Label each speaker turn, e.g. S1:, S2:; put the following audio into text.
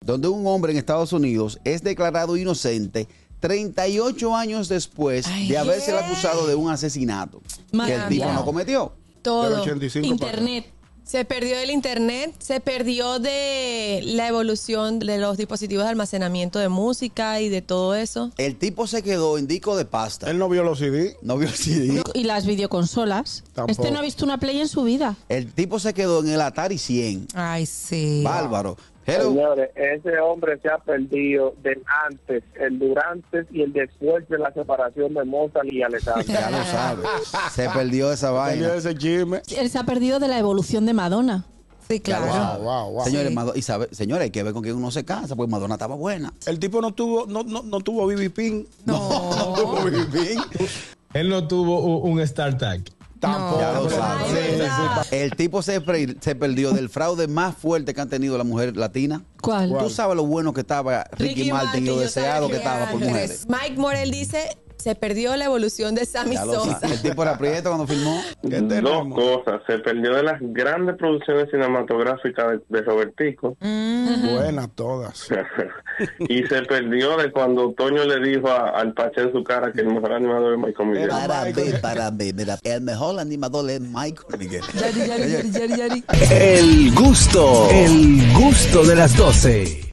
S1: donde un hombre en Estados Unidos es declarado inocente 38 años después
S2: Ay,
S1: de haberse
S2: yeah.
S1: acusado de un asesinato que el tipo
S2: Manda.
S1: no cometió.
S2: Todo.
S3: 85 para acá.
S2: Internet.
S4: Se perdió del internet, se perdió de la evolución de los dispositivos de almacenamiento de música y de todo eso.
S1: El tipo se quedó en disco de pasta.
S3: Él no vio los CD.
S1: No vio el CD.
S2: Y las videoconsolas.
S3: Tampoco.
S2: Este no ha visto una Play en su vida.
S1: El tipo se quedó en el Atari 100.
S5: Ay, sí.
S1: Bárbaro. Hello.
S6: Señores, ese hombre se ha perdido del antes, el durante y el después de la separación de Mozart y Alessandro.
S1: Ya lo sabe. Se perdió esa
S3: Vio
S1: vaina.
S3: ese chisme.
S2: Él se ha perdido de la evolución de Madonna.
S5: Sí, claro.
S3: Wow, wow, wow.
S1: Señores,
S5: Sí.
S1: Mado- y sabe- señores, hay que ver con quién uno se casa, porque Madonna estaba buena.
S3: El tipo no tuvo, no, no, no tuvo BB Pin.
S5: No.
S7: Él no tuvo u- un StarTag.
S3: Tampoco.
S1: Ya
S2: Oh,
S1: lo
S3: Sí,
S1: sabe.
S3: sí, sí.
S1: El tipo se, pre- se perdió del fraude más fuerte que han tenido la mujer latina.
S2: ¿Cuál?
S1: Tú sabes lo bueno que estaba Ricky,
S4: Ricky
S1: Martin,
S4: Martin,
S1: lo
S4: yo
S1: deseado
S4: sabía
S1: que
S4: que
S1: estaba por
S4: era
S1: mujeres.
S4: Mike Morel dice, se perdió la evolución de Sammy
S1: Ya lo
S4: Sosa.
S1: sabe. El tipo era prieto cuando filmó.
S3: ¿Qué
S6: Dos
S3: tenemos?
S6: cosas, se perdió de las grandes producciones cinematográficas de, de Robertico
S3: Buenas todas.
S6: y se perdió de cuando Toño le dijo a- al Pache en su cara que el mejor animador es Michael Miguel.
S3: Era-
S1: Para mí,
S3: Michael.
S1: para mí. Mira, el mejor animador es Michael Miguel.
S5: Yari, yari, yari, yari, yari.
S8: El gusto, el gusto de las 12.